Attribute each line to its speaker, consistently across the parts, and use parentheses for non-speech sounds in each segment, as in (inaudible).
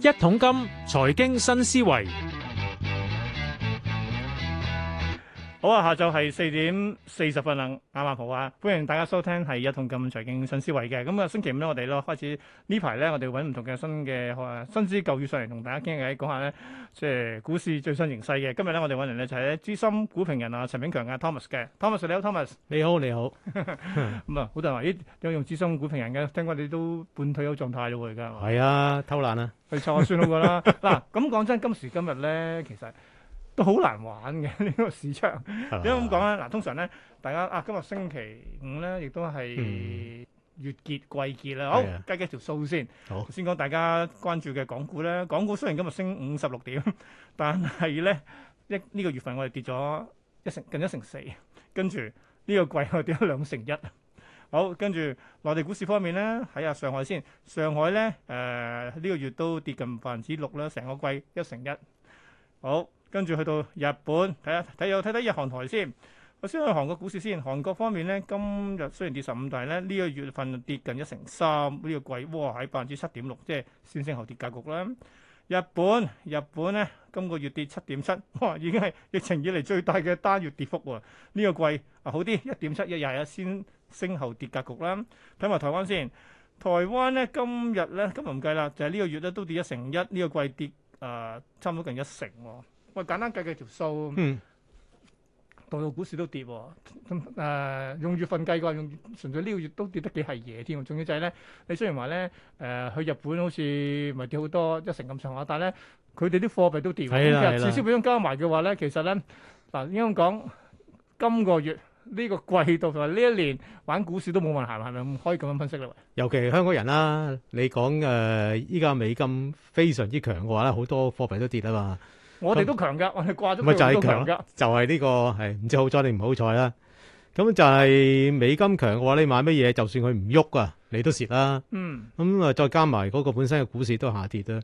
Speaker 1: 一桶金財經新思維，
Speaker 2: 好啊，下晝係四點四十分啦，啱啱好啊！歡迎大家收聽係一桶金財經新思維嘅。咁啊，星期五咧，我哋咯開始呢排咧，我哋揾唔同嘅新嘅誒新知舊語上嚟同大家傾偈，講下咧即係股市最新形勢嘅。今日咧，我哋揾嚟咧就係咧資深股評人啊陳炳強啊 Thomas 嘅 Thomas 你好 Thomas。
Speaker 3: 你好，你好，
Speaker 2: 咁啊，好多人話咦，有用資深股評人嘅，聽講你都半退休狀態咯喎，而家係嘛
Speaker 3: 係啊，偷懶 (laughs) 啊，
Speaker 2: 去湊下算好過啦。嗱，咁講真，今時今日咧，其實都好難玩嘅呢、個市場。點解咁講咧？嗱，通常咧，大家啊，今日星期五咧，亦都係
Speaker 3: 嗯
Speaker 2: 月結季結啦。好
Speaker 3: 係啊，
Speaker 2: 計計條數先。
Speaker 3: 好
Speaker 2: 先講大家關注嘅港股咧。港股雖然今日升五十六點， (laughs) 但係咧一呢、個月份我哋跌咗一成近一成四，跟住呢個季我哋跌咗兩成一。好，跟住內地股市方面咧，睇下上海先。上海咧，誒、呢、個月都跌近百分之六啦，成個季一成一。好，跟住去到日本，睇下睇有睇睇日韓台先。我先去韓國股市先。韓國方面咧，今日雖然跌十五，但係咧呢、個月份跌近一成三，呢個季哇喺百分之七點六，即係先升後跌格局啦。日本日本咧，今個月跌七點七，哇已經係疫情以嚟最大嘅單月跌幅喎。呢、個季啊好啲，一點七一廿一先升後跌格局啦。睇埋台灣先，台灣咧今日咧今日唔計啦，就係、呢個月咧都跌一成一，呢個季跌誒、呃差唔多近一成喎。喂，簡單計計條數。
Speaker 3: 嗯，
Speaker 2: 度度股市都跌喎、咁誒、呃用月份計嘅話，用純粹呢個月都跌得幾係嘢添喎。仲要就係咧，你雖然話咧誒去日本好似咪跌好多一成咁上下，但係咧佢哋啲貨幣都跌喎。
Speaker 3: 係啦
Speaker 2: 咁其實
Speaker 3: 係啦
Speaker 2: 至少本身加埋嘅話咧，其實咧嗱應該咁講，今個月呢、個季度同埋呢一年玩股市都冇問題，係咪咁可以咁樣分析咧？
Speaker 3: 尤其香港人啦，你講誒依家美金非常之強嘅話咧，好多貨幣都跌啊嘛，
Speaker 2: 我哋都強㗎，我哋掛咗
Speaker 3: 咪就
Speaker 2: 佢
Speaker 3: 係
Speaker 2: 都強
Speaker 3: 強
Speaker 2: 㗎。
Speaker 3: 就係呢個係唔知好彩定唔好彩啦。咁就係美金強嘅話，你買乜嘢，就算佢唔喐啊，你都蝕啦。
Speaker 2: 嗯，
Speaker 3: 咁啊，再加埋嗰個本身嘅股市都下跌啦。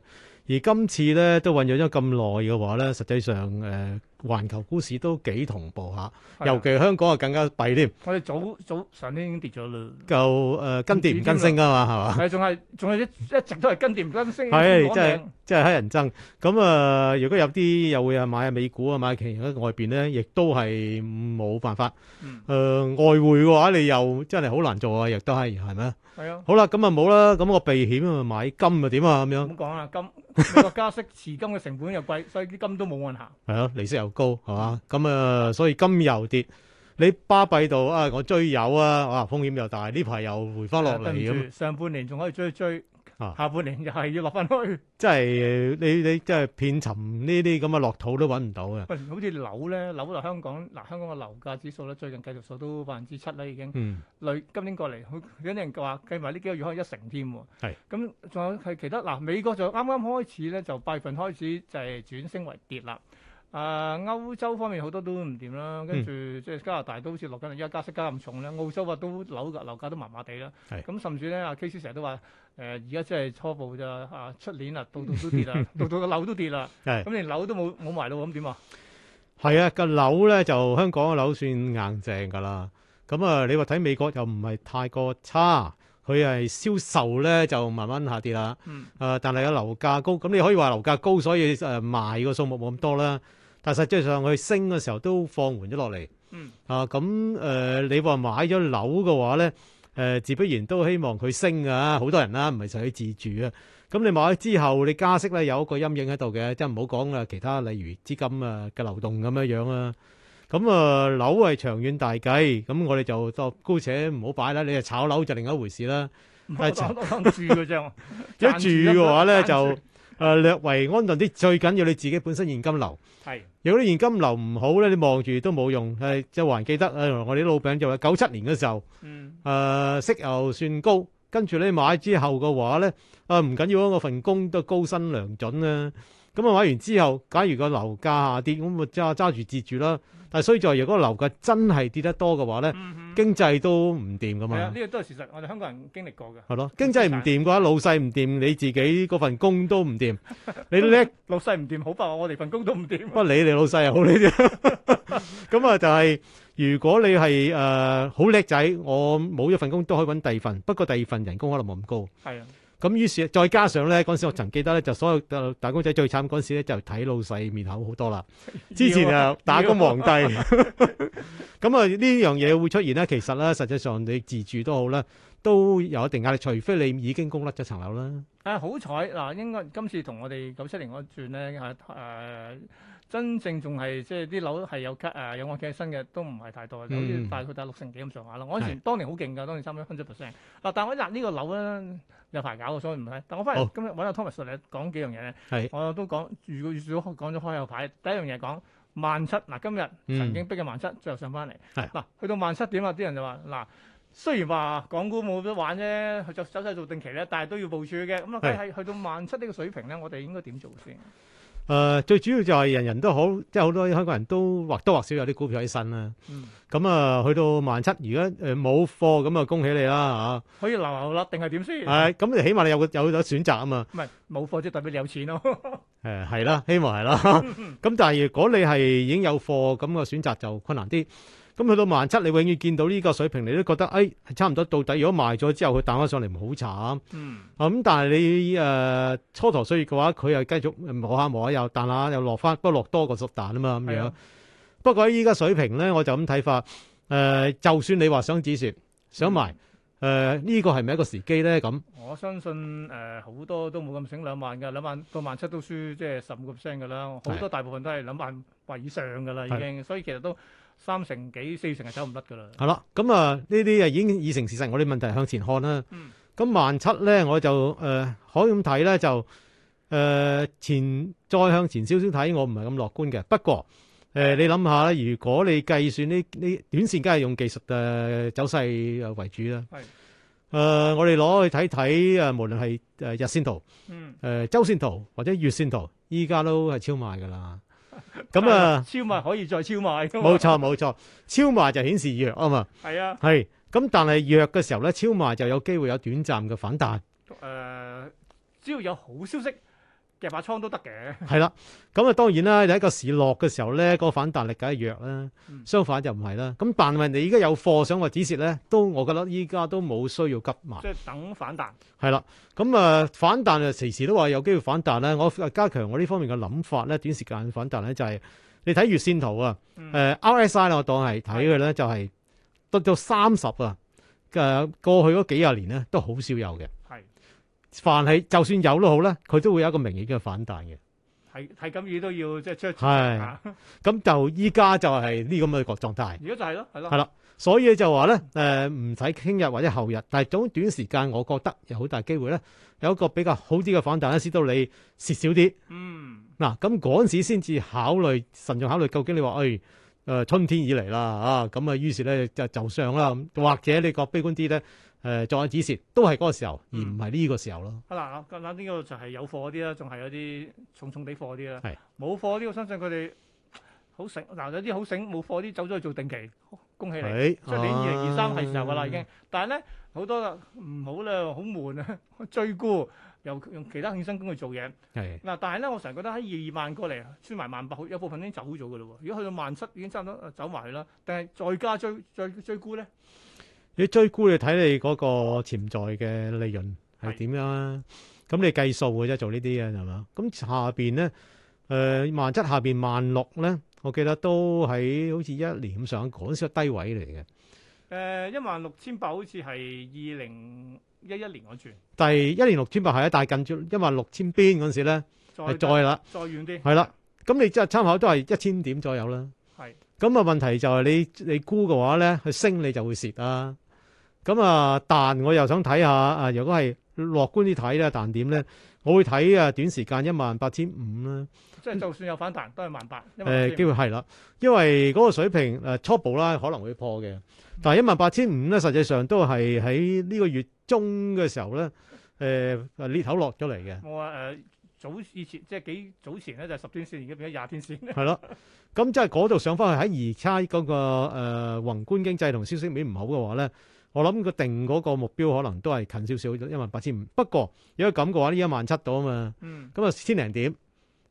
Speaker 3: 而今次咧都醖釀咗咁耐嘅話咧，實際上誒、呃、環球股市都幾同步下，
Speaker 2: 係啊
Speaker 3: 尤其香港啊更加弊添，
Speaker 2: 我哋早早上天已經
Speaker 3: (laughs)
Speaker 2: 跌咗啦。
Speaker 3: 就誒、呃跟跌唔跟升啊嘛，係嘛？ (laughs)
Speaker 2: 係，仲係仲係一一直都係跟掂跟升，
Speaker 3: 係
Speaker 2: 攞
Speaker 3: 真係
Speaker 2: 命
Speaker 3: 即係黑人憎。咁啊、呃如果有啲又會啊買下美股啊，買其他外邊咧，亦都係冇辦法。誒、呃
Speaker 2: 嗯，
Speaker 3: 外匯嘅話，你又真係好難做啊，亦都係係咪
Speaker 2: 係啊。
Speaker 3: 好啦，咁啊冇啦，咁我避險啊買金啊點啊咁樣，
Speaker 2: 咁講啦，金美國加息持金嘅成本又貴，所以啲金都冇
Speaker 3: (laughs)
Speaker 2: 運行。
Speaker 3: 係咯，利息又高係嘛，咁啊、呃所以金又跌。你巴閉到啊，我追有啊，啊風險又大，呢排又回翻落嚟
Speaker 2: 啊對唔
Speaker 3: 咁，
Speaker 2: 住上半年仲可以追一追，
Speaker 3: 啊
Speaker 2: 下半年又係要落翻去。
Speaker 3: 即係你你即係遍尋呢啲咁嘅啊落土都揾唔到嘅。
Speaker 2: 喂，好似樓咧，樓就香港嗱，香港嘅樓價指數咧，最近繼續數都百分之七啦，已經
Speaker 3: 嗯，
Speaker 2: 累今年過嚟，佢有啲人話計埋呢幾個月可以一成添喎。
Speaker 3: 係
Speaker 2: 咁，仲有係其他嗱，美國就啱啱開始咧，就八月份開始就係轉升為跌啦。啊、歐洲方面好多都唔掂啦，跟住即係加拿大都好似落緊嚟，而家加息加咁重咧，澳洲啊都樓價樓價都麻麻地啦。
Speaker 3: 係
Speaker 2: 咁甚至咧，阿 K C 成日都話誒，呃而家即係初步咋啊，出年啊，度度都
Speaker 3: (laughs)
Speaker 2: 跌啦，度度個樓都跌啦，
Speaker 3: 係
Speaker 2: 咁。連樓都冇冇埋咯，咁點啊？
Speaker 3: 係啊，個樓咧就香港嘅樓算硬淨㗎啦。咁啊，你話睇美國又唔係太過差，佢係銷售咧就慢慢下跌啦。
Speaker 2: 嗯，
Speaker 3: 誒、但係個樓價高，咁你可以話樓價高，所以誒、賣個數目冇咁多啦。但實際上佢升嘅時候都放緩咗落嚟。
Speaker 2: 嗯。
Speaker 3: 啊，咁誒、你話買咗樓嘅話咧，誒、自不然都希望佢升㗎，好多人啦，唔係純粹自住啊。咁你買咗之後，你加息咧有一個陰影喺度嘅，即係唔好講啦，其他例如資金啊嘅流動咁樣樣啊。咁啊，樓係長遠大計，咁我哋就當姑且唔好擺啦。你係炒樓就另一回事啦。
Speaker 2: 我
Speaker 3: 就
Speaker 2: 當我當住嘅啫，我
Speaker 3: (laughs) 一住嘅話咧，
Speaker 2: 賺
Speaker 3: 就
Speaker 2: 住
Speaker 3: 誒、略為安頓啲，最緊要你自己本身現金流。
Speaker 2: 係
Speaker 3: 如果啲現金流唔好咧，你望住都冇用。係即係還記得誒、呃我哋啲老餅就話九七年嘅時候，誒、
Speaker 2: 嗯
Speaker 3: 息又算高，跟住你買之後嘅話咧，啊唔緊要啊，我份工都高薪良準啦。咁啊買完之後，假如個樓價下跌，咁咪揸揸住截住啦。但係衰在如果樓價真係跌得多嘅話咧，
Speaker 2: 嗯哼
Speaker 3: 經濟都唔掂噶
Speaker 2: 係啊，
Speaker 3: 嘛
Speaker 2: 呢。個都係事實，我哋香港人經歷過嘅。
Speaker 3: 係咯，經濟唔掂嘅話，老細唔掂，你自己嗰份工都
Speaker 2: (laughs)
Speaker 3: 唔掂，你叻
Speaker 2: 老細唔掂好吧，我哋份工都唔掂。
Speaker 3: 不理你老細又好你啫。 (laughs) 咁啊，就係如果你係誒好叻仔，我冇咗份工都可以揾第二份，不過第二份人工可能冇咁高。
Speaker 2: (laughs) 係啊，
Speaker 3: 咁於是再加上咧嗰陣時，我曾記得咧就所有打打工仔最慘嗰陣時咧就睇老細面口好多啦。之前啊打工皇帝， (laughs) 咁啊呢樣嘢會出現咧，其實咧實際上你自住都好啦，都有一定壓力，除非你已經供甩咗層樓啦。
Speaker 2: 啊，好彩嗱，應該今次同我哋九七年嗰轉咧，誒、誒，真正仲係即係啲樓係有 cut 誒有按揭喺身嘅，都唔係太多，
Speaker 3: 嗯
Speaker 2: 有啲大概大六成幾咁上下啦。我以前當年好勁㗎，當年三一分 percent。嗱，但係我嗱呢個樓咧有排搞，所以唔係。但我翻
Speaker 3: 好
Speaker 2: 嚟今日揾阿 Thomas 嚟講幾樣嘢
Speaker 3: 係
Speaker 2: 咧，我都講預告預早講咗開後牌，第一樣嘢講。萬七嗱，今日曾經逼嘅萬七，最後上翻嚟。
Speaker 3: 嗯係
Speaker 2: 嗱，去到萬七點啊，啲人就話嗱，雖然話港股冇得玩啫，佢就走勢做定期咧，但係都要部署嘅。咁啊，
Speaker 3: 係
Speaker 2: 佢係去到萬七呢個水平咧，我哋應該點做先？
Speaker 3: 誒、呃最主要就係人人都好，即係好多香港人都或多或少有啲股票喺身啦。
Speaker 2: 嗯，
Speaker 3: 咁啊，去到萬七，而家誒冇貨，咁啊恭喜你啦
Speaker 2: 可以留留啦，定係點先？
Speaker 3: 嚇！誒，咁你起碼你有個有咗選擇啊嘛。
Speaker 2: 唔係冇貨即係代表你有錢咯。
Speaker 3: 誒係啦，希望係啦。
Speaker 2: (laughs)
Speaker 3: 咁但係如果你係已經有貨，咁個啊選擇就困難啲。咁去到萬七，你永遠見到呢個水平，你都覺得誒係、差唔多到底。如果賣咗之後，佢彈翻上嚟，唔好慘。
Speaker 2: 嗯，
Speaker 3: 咁但係你誒、呃蹉跎歲月嘅話，佢又繼續摸下摸下又彈下又落翻，不過落多過熟彈啊嘛咁
Speaker 2: 係
Speaker 3: 樣
Speaker 2: 啊。，
Speaker 3: 不過喺依家水平咧，我就咁睇法。誒、就算你話想止蝕，想埋誒呢個係咪一個時機咧？咁
Speaker 2: 我相信誒好、多都冇咁醒兩萬㗎，兩萬到萬七都輸即係十五個 percent 㗎啦。好多大部分都係兩萬或以上㗎啦，已經。所以其實都三成幾、四成係走唔甩㗎啦。
Speaker 3: 係啦，咁啊呢啲啊已經已成事實，我哋問題向前看啦
Speaker 2: 嗯。
Speaker 3: 咁萬七咧，我就誒、呃可以咁睇咧，就誒、呃前再向前少少睇，我唔係咁樂觀嘅。不過誒、呃你諗下咧，如果你計算呢呢短線，梗係用技術嘅走勢呃為主啦。
Speaker 2: 係
Speaker 3: 誒、我哋攞去睇睇誒，無論係誒日線圖。
Speaker 2: 嗯，，
Speaker 3: 誒周線圖或者月線圖，依家都係超賣㗎啦。咁啊
Speaker 2: (laughs) 超賣可以再超賣㗎嘛
Speaker 3: 冇，錯冇錯，超賣就顯示弱啊嘛，
Speaker 2: 係啊。
Speaker 3: 係。咁但係弱嘅時候咧，超賣就有機會有短暫嘅反彈，
Speaker 2: 誒、只要有好消息夾把倉都得嘅。
Speaker 3: 係啦。咁啊當然啦，你一個市落嘅時候咧，個反彈力梗係弱啦。
Speaker 2: 嗯
Speaker 3: 相反就唔係啦。咁但係你而家有貨想話止蝕咧，都我覺得依家都冇需要急賣。
Speaker 2: 即係等反彈。
Speaker 3: 係啦，咁啊反彈啊，時時都話有機會反彈咧。我加強我呢方面嘅諗法咧，短時間反彈咧就係、你睇月線圖啊，誒、
Speaker 2: 嗯
Speaker 3: RSI 啦，我當係睇佢咧就係、到到三十啊，嘅過去嗰幾廿年咧都好少有嘅。
Speaker 2: 係
Speaker 3: 凡係就算有都好咧，佢都會有一個明顯嘅反彈嘅。
Speaker 2: 係係咁，嘢都要即係出一出
Speaker 3: 係
Speaker 2: 嚇。
Speaker 3: 咁就依家就係呢咁嘅個狀態，
Speaker 2: 而家就係咯，係
Speaker 3: 係
Speaker 2: 咯。
Speaker 3: 啦所以就話咧誒唔使聽日或者後日，但係總短時間我覺得有好大機會咧有一個比較好啲嘅反彈咧，使到你蝕少啲。
Speaker 2: 嗯，
Speaker 3: 嗱，咁嗰陣時先至考慮，慎重考慮究竟你話，誒、誒春天以嚟啦，啊，咁啊，於是咧就就上啦，咁或者你覺悲觀啲咧，誒、作為止蝕都係嗰個時候，嗯而唔係呢個時候咯。
Speaker 2: 啊嗱，咁嗱呢個就係有貨嗰啲啦，仲係有啲重重地貨嗰啲啦。
Speaker 3: 係
Speaker 2: 冇貨嗰啲，我相信佢哋好醒。嗱，有啲好醒，冇貨嗰啲走咗去做定期，恭喜你。
Speaker 3: 係，
Speaker 2: 出年二零二三係時候噶啦，已
Speaker 3: 啊
Speaker 2: 經。但係咧好多啦，唔好啦，好悶啊，追沽又用其他衍生工具做嘢。
Speaker 3: 係
Speaker 2: 嗱，但係咧，我成日覺得喺二萬過嚟穿埋萬八，好有部分已經走咗嘅咯喎。如果去到萬七已經差唔多呃走埋去啦，但係再加追追追沽咧，
Speaker 3: 你追估你睇你嗰個潛在嘅利潤係點樣啊？咁你計數嘅啫，做呢啲嘢係嘛？咁下邊咧，誒萬七下邊萬六咧，我記得都喺好似一年咁上，嗰陣時係低位嚟嘅。
Speaker 2: 誒一萬六千八好似係二零一一年嗰轉，
Speaker 3: 第一年六千八係啊，但係近住一萬六千邊嗰陣時咧，
Speaker 2: 再
Speaker 3: 係再啦，
Speaker 2: 再遠啲，
Speaker 3: 係啦。咁你即係參考都係一千點左右啦。
Speaker 2: 係
Speaker 3: 咁啊，問題就係你你沽嘅話咧，佢升你就會蝕啦。咁啊，但我又想睇下啊，如果係樂觀啲睇咧，但點咧？我會睇啊，短時間一萬八千五啦。
Speaker 2: 即係就算有反彈都係萬八，因為
Speaker 3: 誒機會係啦，因為嗰個水平誒、呃初步啦可能會破嘅，但係一萬八千五咧，實際上都係喺呢個月中嘅時候咧，誒、裂口落咗嚟嘅。
Speaker 2: 我話誒早以前即係幾早前咧就係十天線，而家變咗廿
Speaker 3: (laughs)
Speaker 2: 天線，
Speaker 3: 係咯，咁即係嗰度上翻去喺而家嗰個、呃、宏觀經濟同消息面唔好嘅話咧，我諗佢定嗰個目標可能都係近少少一萬八千五。不過如果咁嘅話，呢一萬七到啊嘛， (laughs)
Speaker 2: 嗯，
Speaker 3: 咁啊千零點，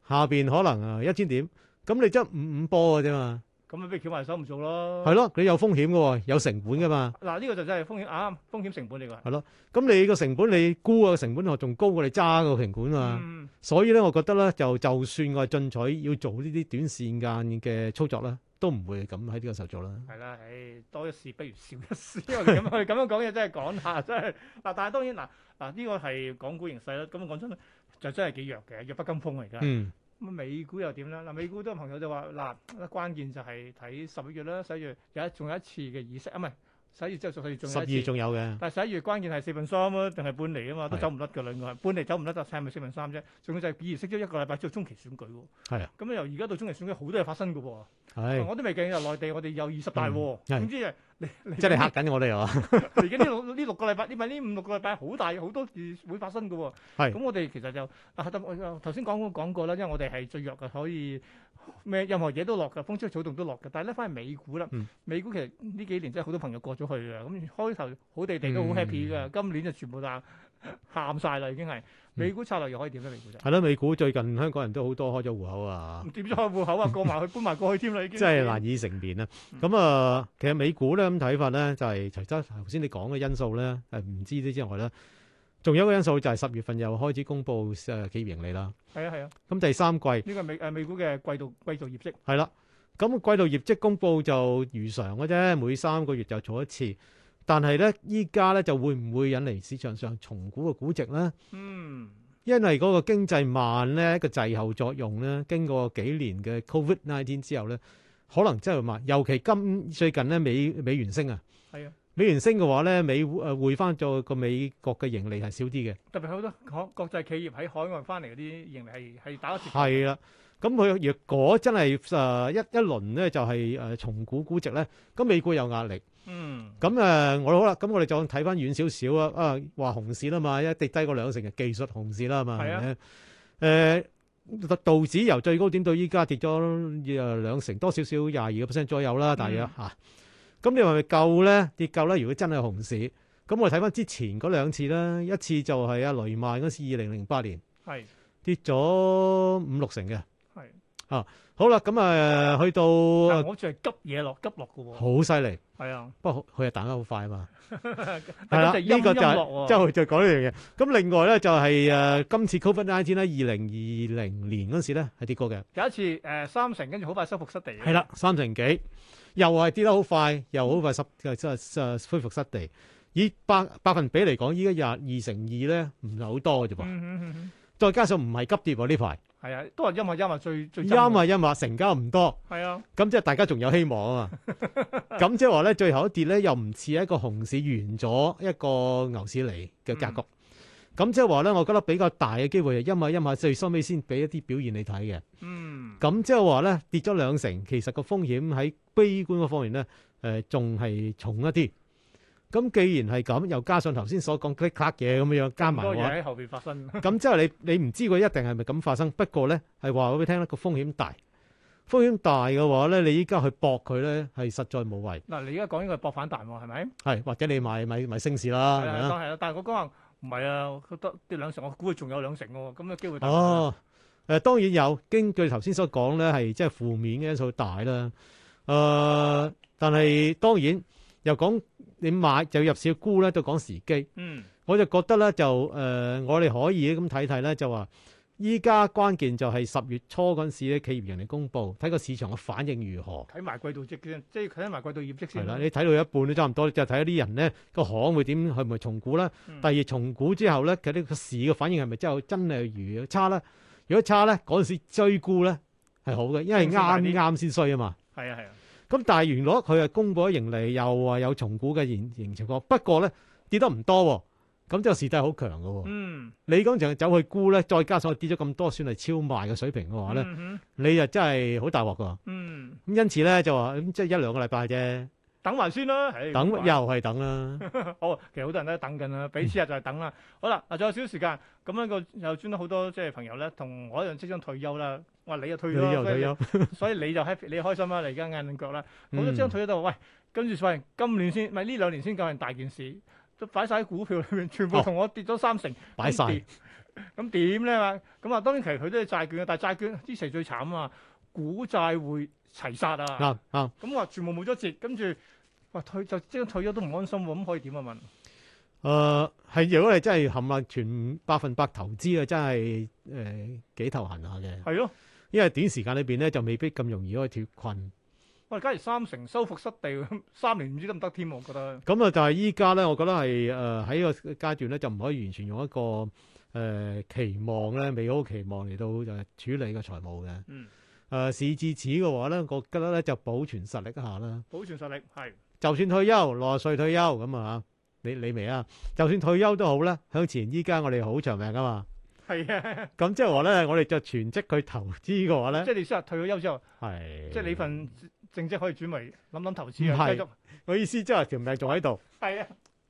Speaker 3: 下邊可能啊一千點，咁你即係五五波嘅啫嘛，
Speaker 2: 咁咪俾橋埋手唔做咯。
Speaker 3: 係咯，你有風險嘅喎，有成本噶嘛。
Speaker 2: 嗱，呢個就真係風險啊，風險成本嚟㗎。
Speaker 3: 咁你個成本，你估個成本我仲高過你揸個成本啊。
Speaker 2: 嗯，
Speaker 3: 所以咧，我覺得咧，就就算我係進取要做呢啲短時間嘅操作啦，都唔會咁喺呢個時候做啦。
Speaker 2: 係啦，唉，多一事不如少一事。因為
Speaker 3: (laughs)
Speaker 2: 咁佢咁樣講嘢真係講下，真係嗱。但係當然嗱嗱，呢個係港股形勢啦。咁講真就真係幾弱嘅，弱不禁風嚟㗎。
Speaker 3: 嗯，
Speaker 2: 咁啊美股又點咧？嗱，美股都有朋友就話嗱，關鍵就係睇十一月啦，十一月有一仲有一次嘅議息啊，唔係十一月之後仲有
Speaker 3: 十
Speaker 2: 仲有一
Speaker 3: 二
Speaker 2: 次。
Speaker 3: 仲有
Speaker 2: (laughs)
Speaker 3: 嘅，
Speaker 2: 但係十一月關鍵係四分三啊，定係半厘啊嘛，都
Speaker 3: 係
Speaker 2: 走唔甩㗎啦，應該係半厘走唔甩，就係咪四分三啫？仲要就係議息咗一個禮拜之後中期選舉喎。
Speaker 3: 係啊。
Speaker 2: 咁由而家到中期選舉好多嘢發生㗎喎。
Speaker 3: 係
Speaker 2: 我都未計啊，內地我哋有二十大喎。
Speaker 3: 嗯係
Speaker 2: 總之係你你
Speaker 3: 即係你嚇緊我哋啊！ (laughs)
Speaker 2: 嚟緊呢六 (laughs) 呢六個禮拜，呢咪呢五六個禮拜好大好多事會發生嘅喎。
Speaker 3: 係
Speaker 2: 咁，我哋其實就啊，得我頭先講過講過啦，因為我哋係最弱嘅，可以咩任何嘢都落嘅，風吹草動都落嘅。但係咧，翻去美股啦，
Speaker 3: 嗯
Speaker 2: 美股其實呢幾年真係好多朋友過咗去嘅，咁開頭好地地都好
Speaker 3: 嗯
Speaker 2: happy 嘅，今年就全部都喊晒啦，已經係
Speaker 3: 嗯
Speaker 2: 美股策略又可以點咧？美股就
Speaker 3: 係咯，美股最近香港人都好多開咗户口
Speaker 2: (laughs)
Speaker 3: 啊，
Speaker 2: 點咗開户口啊，過埋去搬埋過去添啦，已經
Speaker 3: 真係難以成面啊！咁啊，其實美股咧咁睇法咧，就係除咗頭先你講嘅因素咧，誒唔知啲之外咧，仲有一個因素就係十月份又開始公布誒企業盈利啦。
Speaker 2: 係啊係啊，
Speaker 3: 咁第三季
Speaker 2: 呢個係美誒美股嘅季度季度業績。
Speaker 3: 係啦，咁季度業績公佈就如常嘅啫，每三個月就做一次。但係咧，依家咧就會唔會引嚟市場上重估嘅估值咧？
Speaker 2: 嗯，
Speaker 3: 因為嗰個經濟慢咧，個滯後作用咧，經過幾年嘅 Covid nineteen 之後咧，可能真係會慢。尤其今最近咧，美美元升啊，
Speaker 2: 係啊。
Speaker 3: 美元升嘅話咧，美誒匯翻咗個美國嘅盈利係少啲嘅。
Speaker 2: 特別好多國國際企業喺海外翻嚟嗰啲盈利係係打折扣。
Speaker 3: 係啦，咁佢若果真係誒、呃一一輪咧就係、誒、重估估值咧，咁美股有壓力。
Speaker 2: 嗯，
Speaker 3: 咁誒、呃我好啦，咁我哋再睇翻遠少少啊，啊話熊市啦嘛，一跌低過兩成嘅技術熊市啦嘛，
Speaker 2: 係啊
Speaker 3: 咪誒、呃、道指由最高點到依家跌咗誒兩成多少少廿二個 percent 左右
Speaker 2: 嗯
Speaker 3: 啦，大約嚇。啊咁、你話係咪夠咧？跌夠咧？如果真係熊市，咁我哋睇翻之前嗰兩次啦，一次就係阿雷曼嗰次二零零八年
Speaker 2: 係
Speaker 3: 跌咗五六成嘅。
Speaker 2: 係。
Speaker 3: 好啦，咁啊去到
Speaker 2: 但係我仲係急嘢落，急落嘅喎。
Speaker 3: 好犀利，
Speaker 2: 係啊，
Speaker 3: 不過佢係彈得好快啊嘛。
Speaker 2: (laughs) 係
Speaker 3: 係啦，
Speaker 2: 呢
Speaker 3: 呢個
Speaker 2: 個
Speaker 3: 就
Speaker 2: 就
Speaker 3: 係
Speaker 2: 係
Speaker 3: 即
Speaker 2: 即
Speaker 3: 係
Speaker 2: 係
Speaker 3: 佢就講呢樣嘢。咁另外咧就係誒今次 Covid nineteen 咧，二零二零年嗰陣時咧係跌過嘅，
Speaker 2: 有一次誒三成，跟住好快收復失地。
Speaker 3: 係，啦，三成幾，又係跌得好快，又好快失誒即係誒恢復失地。以百百分比嚟講，依家廿二成二咧唔係好多嘅啫噃，
Speaker 2: 嗯嗯嗯
Speaker 3: 再加上唔係急跌喎呢排，
Speaker 2: 嗯，係啊，都係因為因為最最
Speaker 3: 因為因為成交唔多，
Speaker 2: 係啊，
Speaker 3: 咁即係大家仲有希望
Speaker 2: (laughs)
Speaker 3: 啊嘛。咁即係話咧，最後一跌咧又唔似一個熊市完咗一個牛市嚟嘅格局。咁即係話咧，我覺得比較大嘅機會係因為因為最收尾先俾一啲表現你睇嘅。
Speaker 2: 嗯，
Speaker 3: 咁即係話咧跌咗兩成，其實個風險喺悲觀嗰方面咧，誒仲係重一啲。咁既然係咁，又加上頭先所講 click clack 嘢咁樣加
Speaker 2: 咁
Speaker 3: 埋
Speaker 2: 多
Speaker 3: 嘅話
Speaker 2: 嘢喺後邊發生。 (laughs)
Speaker 3: 咁之後你你唔知佢一定係咪咁發生，不過咧係話俾你聽咧個風險大，風險大嘅話咧，你依家去搏佢咧係實在無謂，
Speaker 2: 嗱，你而家講呢個係博反彈喎，係咪？
Speaker 3: 係或者你買買買升市啦，係
Speaker 2: 係
Speaker 3: 咪
Speaker 2: 啊，
Speaker 3: 啊？
Speaker 2: 當係啦。但係我講話唔係啊，佢得跌兩成，我估佢仲有兩成喎，咁嘅機會大。
Speaker 3: 哦，誒、當然有，根據頭先所講咧係即係負面嘅因素大啦，誒、但係當然又講你買就入市沽咧，都講時機。
Speaker 2: 嗯，
Speaker 3: 我就覺得咧就誒、呃我哋可以咁睇睇咧，就話依家關鍵就係十月初嗰陣時咧，企業盈利公佈，睇個市場嘅反應如何。
Speaker 2: 睇埋季度績先，即係睇埋季度業績
Speaker 3: 係
Speaker 2: 先。
Speaker 3: 啦，你睇到一半都差唔多，就睇下啲人咧個行會點，係咪重估啦？
Speaker 2: 嗯
Speaker 3: 第二重估之後咧，佢呢個市嘅反應係咪真係真係如差咧？如果差咧，嗰陣時追沽咧係好嘅，因為
Speaker 2: 公司大啲
Speaker 3: 啱啱先衰啊嘛。
Speaker 2: 係啊係啊，
Speaker 3: 咁但係原來佢係公佈咗盈利，又話有重估嘅現現情況，不過咧跌得唔多喎，咁就市底好強嘅喎。
Speaker 2: 嗯。
Speaker 3: 你咁就走去沽咧，再加上跌咗咁多，算係超賣嘅水平嘅話咧，
Speaker 2: 嗯哼
Speaker 3: 你就真係好大鑊噶。
Speaker 2: 嗯，
Speaker 3: 咁因此咧就話咁即係一兩個禮拜啫，
Speaker 2: 等埋先啦，唉
Speaker 3: 等
Speaker 2: 好
Speaker 3: 又
Speaker 2: 煩
Speaker 3: 係等啦。
Speaker 2: 好，其實好多人都喺等緊
Speaker 3: (laughs)
Speaker 2: 啦，俾錢日就係等啦。好啦，嗱，仲有少少時間，咁樣個又轉到好多即係朋友咧，同我一樣即將退休啦。我話你又退
Speaker 3: 你
Speaker 2: 休啦，
Speaker 3: 又
Speaker 2: 啊所以
Speaker 3: 退休，
Speaker 2: (laughs) 所以你就 happy，你開心啦，你而家硬硬腳啦。好多
Speaker 3: 嗯
Speaker 2: 即將退休就話喂，跟住所謂今年先，唔係呢兩年先搞人大件事，都擺晒喺股票裏面，全部
Speaker 3: 哦
Speaker 2: 同我跌咗三成，
Speaker 3: 擺晒
Speaker 2: 咁點咁點咧嘛？咁啊，當然其實佢都係債券嘅，但係債券之前最慘啊，股債匯齊殺啊！
Speaker 3: 啱啱。
Speaker 2: 咁話全部冇咗折，跟住話退就即係退咗都唔安心喎，咁可以點啊？問
Speaker 3: 誒呃係，如果你真係冚唪唥全百分百投資啊，真係誒幾頭痕下嘅，
Speaker 2: 係咯，
Speaker 3: 因為短時間裏邊咧就未必咁容易可以脱困。
Speaker 2: 喂，假如三成收復失地， (laughs) 三年唔知得唔得添？我覺得
Speaker 3: 咁啊，但係依家咧，我覺得係誒喺個階段咧，就唔可以完全用一個誒、呃期望咧，美好期望嚟到誒處理個財務嘅。誒、
Speaker 2: 嗯
Speaker 3: 事至此嘅話咧，我覺得咧就保存實力一下啦。
Speaker 2: 保存實力係
Speaker 3: 就算退休，六十歲退休咁啊，你你未啊？就算退休都好啦，向前依家我哋好長命噶嘛。(laughs)
Speaker 2: 係啊，
Speaker 3: 咁即係話咧，我哋就全職去投資嘅話咧
Speaker 2: 即，係你先話退咗休之後，
Speaker 3: 係
Speaker 2: 即係你份正職可以轉為諗諗投資
Speaker 3: 唔
Speaker 2: 啊，
Speaker 3: 係
Speaker 2: 繼續
Speaker 3: 我意思即係話條命仲喺度，
Speaker 2: 係啊，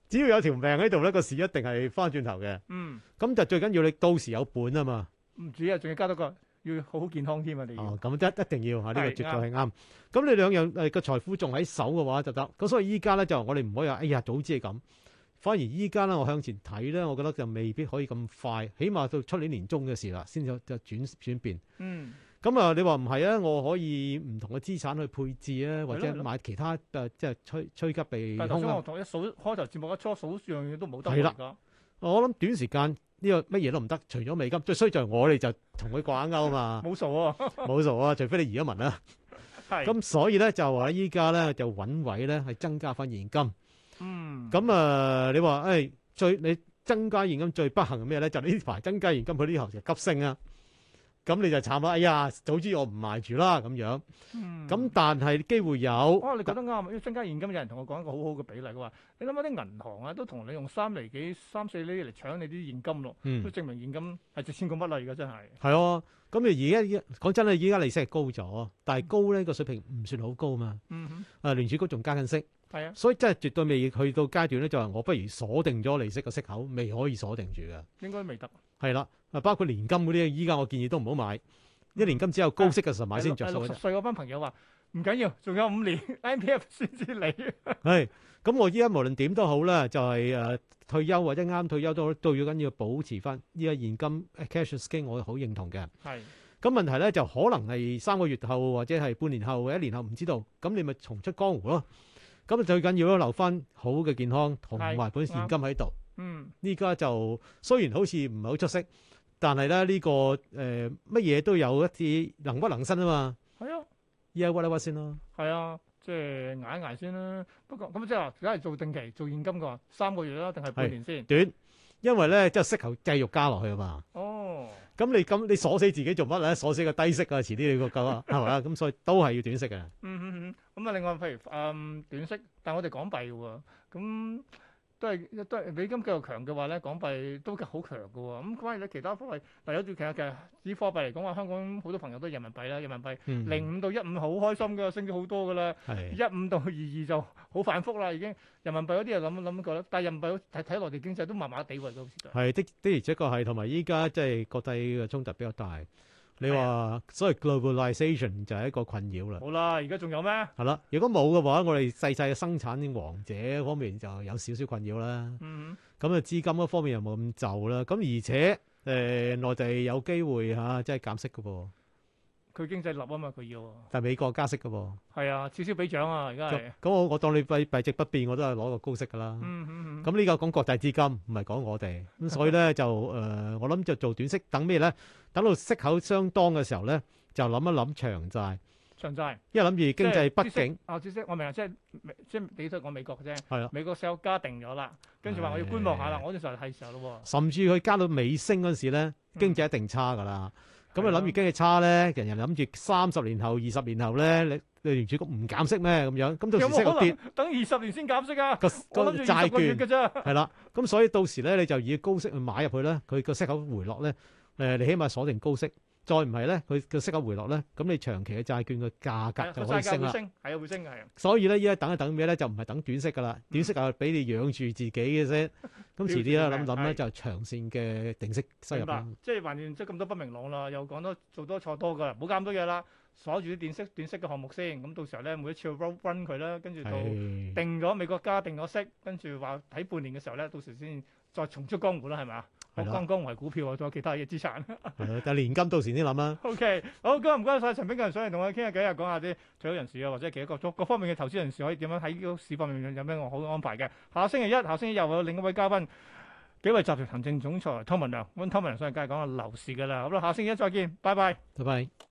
Speaker 3: 只要有條命喺度咧，個市一定係翻轉頭嘅。
Speaker 2: 嗯，
Speaker 3: 咁就最緊要你到時有本啊嘛。
Speaker 2: 唔止啊，仲要加多個要好好健康添啊，你要
Speaker 3: 哦，咁一一定要嚇，呢、個
Speaker 2: 係
Speaker 3: 絕對係啱。咁你兩樣誒個財富仲喺手嘅話就得。咁所以依家咧就我哋唔可以話，哎呀早知係咁。反而依家咧，我向前睇咧，我覺得就未必可以咁快，起碼到出年年中嘅事啦，先有就轉轉變。
Speaker 2: 嗯
Speaker 3: 咁啊，你話唔係啊？我可以唔同嘅資產去配置啊，或
Speaker 2: 係咯
Speaker 3: 者
Speaker 2: 係咯
Speaker 3: 買其他誒，即係趨趨吉避
Speaker 2: 但係頭
Speaker 3: 凶
Speaker 2: 先我
Speaker 3: 啊！
Speaker 2: 同一數開頭節目一初數樣嘢都冇得
Speaker 3: 係啦
Speaker 2: 㗎，而
Speaker 3: 我諗短時間呢個乜嘢都唔得，除咗美金，最衰就係我哋就同佢掛鈎
Speaker 2: 家
Speaker 3: 嘛，
Speaker 2: 冇數啊，
Speaker 3: 冇數啊！除非你移咗民啦，
Speaker 2: (laughs) 係
Speaker 3: 咁所以咧就話依家咧就揾位咧係增加翻現金。
Speaker 2: 嗯
Speaker 3: 咁啊、你話誒、哎最你增加現金最不幸係咩咧？就呢排增加現金，佢呢行就急升啊！咁你就慘啦！哎呀，早知我唔賣住啦咁樣。
Speaker 2: 嗯
Speaker 3: 咁但係機會有。
Speaker 2: 哦，你講得啱啊！因為增加現金，有人同我講一個好好嘅比例，佢話：你諗下啲銀行啊，都同你用三厘幾、三四厘嚟搶你啲現金咯，
Speaker 3: 嗯
Speaker 2: 都。證明現金係值錢過乜啦！而家真係，
Speaker 3: 係啊，咁你而家講真咧，依家利息係高咗，但係高咧個水平唔算好高嘛。
Speaker 2: 嗯哼，
Speaker 3: 啊，聯儲局仲加緊息，
Speaker 2: 係啊，
Speaker 3: 所以真係絕對未去到階段咧，就話我不如鎖定咗利息嘅息口，未可以鎖定住嘅。
Speaker 2: 應該未得。
Speaker 3: 係啦，啊包括年金嗰啲，依家我建議都唔好買，一年金只有高息嘅時候買先着數
Speaker 2: 六
Speaker 3: 嘅
Speaker 2: 十
Speaker 3: 啫。
Speaker 2: 歲嗰班朋友話：唔緊要，仲有五年 (laughs) M P F 先至嚟。
Speaker 3: 係，咁我依家無論點都好啦，就係、呃退休或者啱退休都好，都要緊要保持翻依家現金呃 cash is king，我好認同嘅。
Speaker 2: 係，
Speaker 3: 咁問題咧就可能係三個月後或者係半年後或者一年後唔知道，咁你咪重出江湖咯。咁最緊要咧留翻好嘅健康同埋本現金喺度。
Speaker 2: 嗯，
Speaker 3: 呢家就雖然好似唔係好出色，但係咧呢個誒乜嘢都有一啲能屈能伸啊嘛。
Speaker 2: 係啊，
Speaker 3: 依家屈一屈先咯，
Speaker 2: 係啊，即係捱一捱先啦。不過咁即係話，梗係做定期做現金嘅話，三個月啦，定係半
Speaker 3: 係
Speaker 2: 年先？
Speaker 3: 短，因為咧即係息口繼續加落去啊嘛。
Speaker 2: 哦，
Speaker 3: 咁你咁你鎖死自己做乜咧？鎖死個低息啊，遲啲你個夠 (laughs) 啊，係咪啊？咁所以都係要短息嘅。
Speaker 2: 嗯嗯嗯，咁啊，另外譬如嗯短息，但我哋港幣嘅喎，咁都係都係美金繼續強嘅話咧，港幣都好強嘅喎。咁關於咧其他貨幣，嗱有啲其實嘅以貨幣嚟講話，香港好多朋友都係人民幣啦，人民幣
Speaker 3: 嗯
Speaker 2: 零五到一五好開心嘅，升咗好多嘅啦，
Speaker 3: 係
Speaker 2: 一五到二二就好反覆啦已經。人民幣嗰啲又諗諗過啦，但係人民幣好睇睇內地經濟都麻麻地喎，好似都係
Speaker 3: 係的的而且確係，同埋依家即係國際嘅衝突比較大。你
Speaker 2: 係
Speaker 3: 話所謂 globalization 就係一個困擾啦。
Speaker 2: 好啦，而家仲有咩？
Speaker 3: 係啦，如果冇嘅話，我哋細細嘅生產王者方面就有少少困擾啦。
Speaker 2: 嗯，
Speaker 3: 咁啊，資金嗰方面又冇咁就啦。咁而且誒、呃，內地有機會嚇、啊即係減息嘅噃，
Speaker 2: 佢經濟立啊嘛，佢要啊
Speaker 3: 但係美國加息嘅噃。
Speaker 2: 係啊，此消彼長啊，而家係
Speaker 3: 咁。咁我我當你幣幣值不變，我都係攞個高息㗎啦。
Speaker 2: 嗯嗯嗯。
Speaker 3: 咁呢個講國際資金，唔係講我哋。咁所以
Speaker 2: (laughs)
Speaker 3: 咧就誒、呃我諗就做短息，等咩咧？等到息口相當嘅時候咧，就諗一諗長債，
Speaker 2: 長債
Speaker 3: 因為諗住經濟畢竟
Speaker 2: 啊，知識我明啊，即係美即係你都係講美國嘅啫。
Speaker 3: 係啦，
Speaker 2: 美國 sell 加定咗啦，跟住話我要觀望下啦
Speaker 3: 係，
Speaker 2: 我嗰陣時候係時候咯
Speaker 3: 甚至佢加到尾聲嗰陣時咧，
Speaker 2: 嗯
Speaker 3: 經濟一定差㗎啦。
Speaker 2: 喎。
Speaker 3: 咁啊諗住經濟差咧，人人諗住三十年後、二十年後咧，你你聯儲局唔減息咩咁樣？咁到
Speaker 2: 有
Speaker 3: 時息
Speaker 2: 冇
Speaker 3: 口
Speaker 2: 可
Speaker 3: 跌，
Speaker 2: 能等二十年先減息啊？
Speaker 3: 個
Speaker 2: 我
Speaker 3: 個
Speaker 2: 諗住二十個
Speaker 3: 債
Speaker 2: 月嘅
Speaker 3: 券
Speaker 2: 啫。
Speaker 3: 係啦。咁所以到時咧，你就以高息去買入去咧，佢個息口回落咧，誒、你起碼鎖定高息。再唔係咧，佢個息口回落咧，咁你長期嘅債券嘅價
Speaker 2: 係啊
Speaker 3: 格
Speaker 2: 個
Speaker 3: 就可
Speaker 2: 債
Speaker 3: 以
Speaker 2: 價
Speaker 3: 升
Speaker 2: 會
Speaker 3: 啦。
Speaker 2: 升，係啊會升嘅係啊。
Speaker 3: 所以咧，依家等一等咩咧，就唔係等短息噶啦，短息啊俾你養住自己嘅啫。咁遲
Speaker 2: (laughs)
Speaker 3: 啲啦，諗諗
Speaker 2: 係
Speaker 3: 咧就長線嘅定息收入
Speaker 2: 明白
Speaker 3: 啦。，
Speaker 2: 即係橫掂即係咁多不明朗啦，又講多做多錯多㗎，唔好加咁多嘢啦，鎖住啲短息短息嘅項目先。咁到時候咧，每一次 roll run 佢啦，跟住到
Speaker 3: 係
Speaker 2: 定咗美國加定咗息，跟住話睇半年嘅時候咧，到時先再重出江湖啦，係咪啊？我
Speaker 3: 係啦
Speaker 2: 剛剛為股票啊，仲有其他嘢資產。
Speaker 3: 係咯但係年金到時先諗啦。
Speaker 2: O K，好，今日唔該晒陳炳強上嚟同我哋傾下偈啊，講下啲退休人士啊，或者其他各各方面嘅投資人士可以點樣喺呢個市況面有咩好嘅安排嘅。下星期一、下星期又有另一位嘉賓，幾位集團行政總裁湯文亮，温湯文亮上嚟梗係講下樓市噶啦。好啦，下星期一再見，拜拜。
Speaker 3: 拜拜。